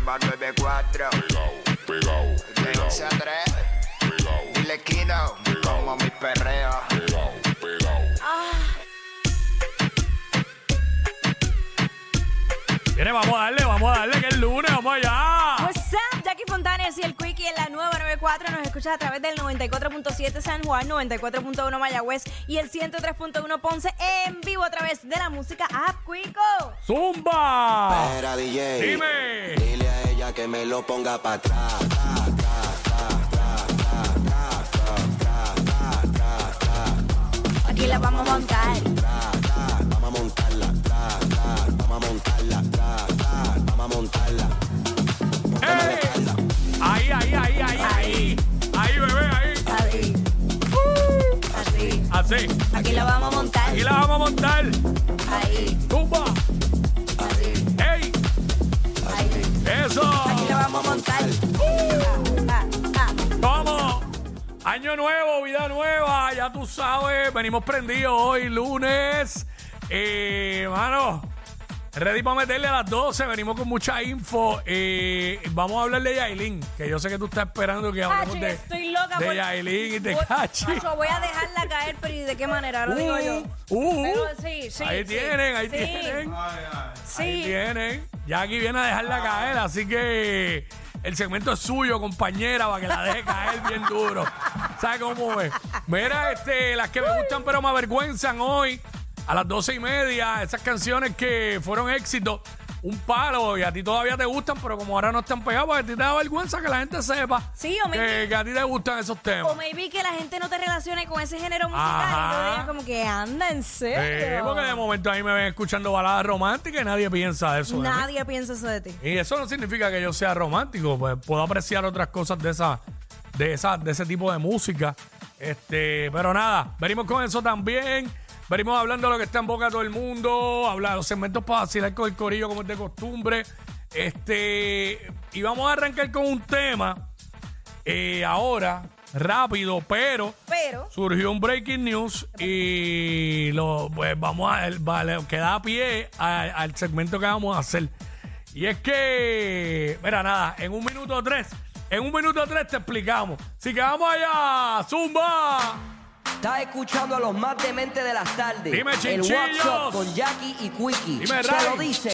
94. Pegao, pegao, De 11 a pegao, 3. pegao, Le quino como mis perreos. pegao, pegao. Viene, vamos a darle, vamos a darle que es lunes, vamos allá. What's up, Jackie Fontanes y el Quickie en la nueva 94 nos escuchas a través del 94.7 San Juan, 94.1 Mayagüez y el 103.1 Ponce en vivo a través de la música App Quico. Zumba. Era DJ. Dime. Dile a ella que me lo ponga para atrás. Aquí la vamos a montar. Vamos a montarla, tra, tra. Vamos a montarla, tra, tra. Vamos a montarla. ¡Ey! Ahí, ahí, ahí, ahí, ahí. Ahí, bebé, ahí. Así. Uh, Así. Así. Aquí la vamos a montar. Aquí la vamos a montar. Ahí. Zumba. Así. ¡Ey! Ahí. ¡Eso! Aquí la vamos a montar. Ah, ah, ¡Vamos! Año nuevo, vida nueva, ya tú sabes, venimos prendidos hoy, lunes. Eh, mano, ready para meterle a las 12, venimos con mucha info. Eh, vamos a hablarle de Yailin, que yo sé que tú estás esperando que ah. hablemos Cachi, de, estoy loca de por- Yailin y de por- Cachi. Macho, voy a dejarla caer, pero ¿y de qué manera? Lo digo yo. Uh, uh, Pero sí, sí, ahí sí. tienen, ahí Sí. tienen. Sí. Ahí tienen. Ya aquí viene a dejarla caer, así que el segmento es suyo, compañera, para que la deje caer bien duro. ¿Sabes cómo es? Mira, este, las que me gustan pero me avergüenzan hoy, a las doce y media, esas canciones que fueron éxito, un palo, y a ti todavía te gustan, pero como ahora no están pegadas, pues a ti te da vergüenza que la gente sepa Sí, o me- que, que a ti te gustan esos temas. O maybe que la gente no te relacione con ese género musical. Ajá. Y tú digas como que anda en Sí, serio. porque de momento ahí me ven escuchando baladas románticas y nadie piensa eso. de mí. Nadie piensa eso de ti. Y eso no significa que yo sea romántico, pues puedo apreciar otras cosas de esa, de esa, de ese tipo de música. Este, pero nada, venimos con eso también. Venimos hablando de lo que está en boca de todo el mundo, hablar los segmentos para vacilar con el corillo como es de costumbre. Este, y vamos a arrancar con un tema eh, ahora, rápido, pero Pero, surgió un breaking news y lo pues vamos a el- vale, que da pie a- al segmento que vamos a hacer. Y es que, mira, nada, en un minuto tres, en un minuto tres te explicamos. Así que vamos allá, Zumba. Estás escuchando a los más dementes de las tardes. Dime, El chinchillos. WhatsApp con Jackie y Quickie. Dime, Se Ray. lo dice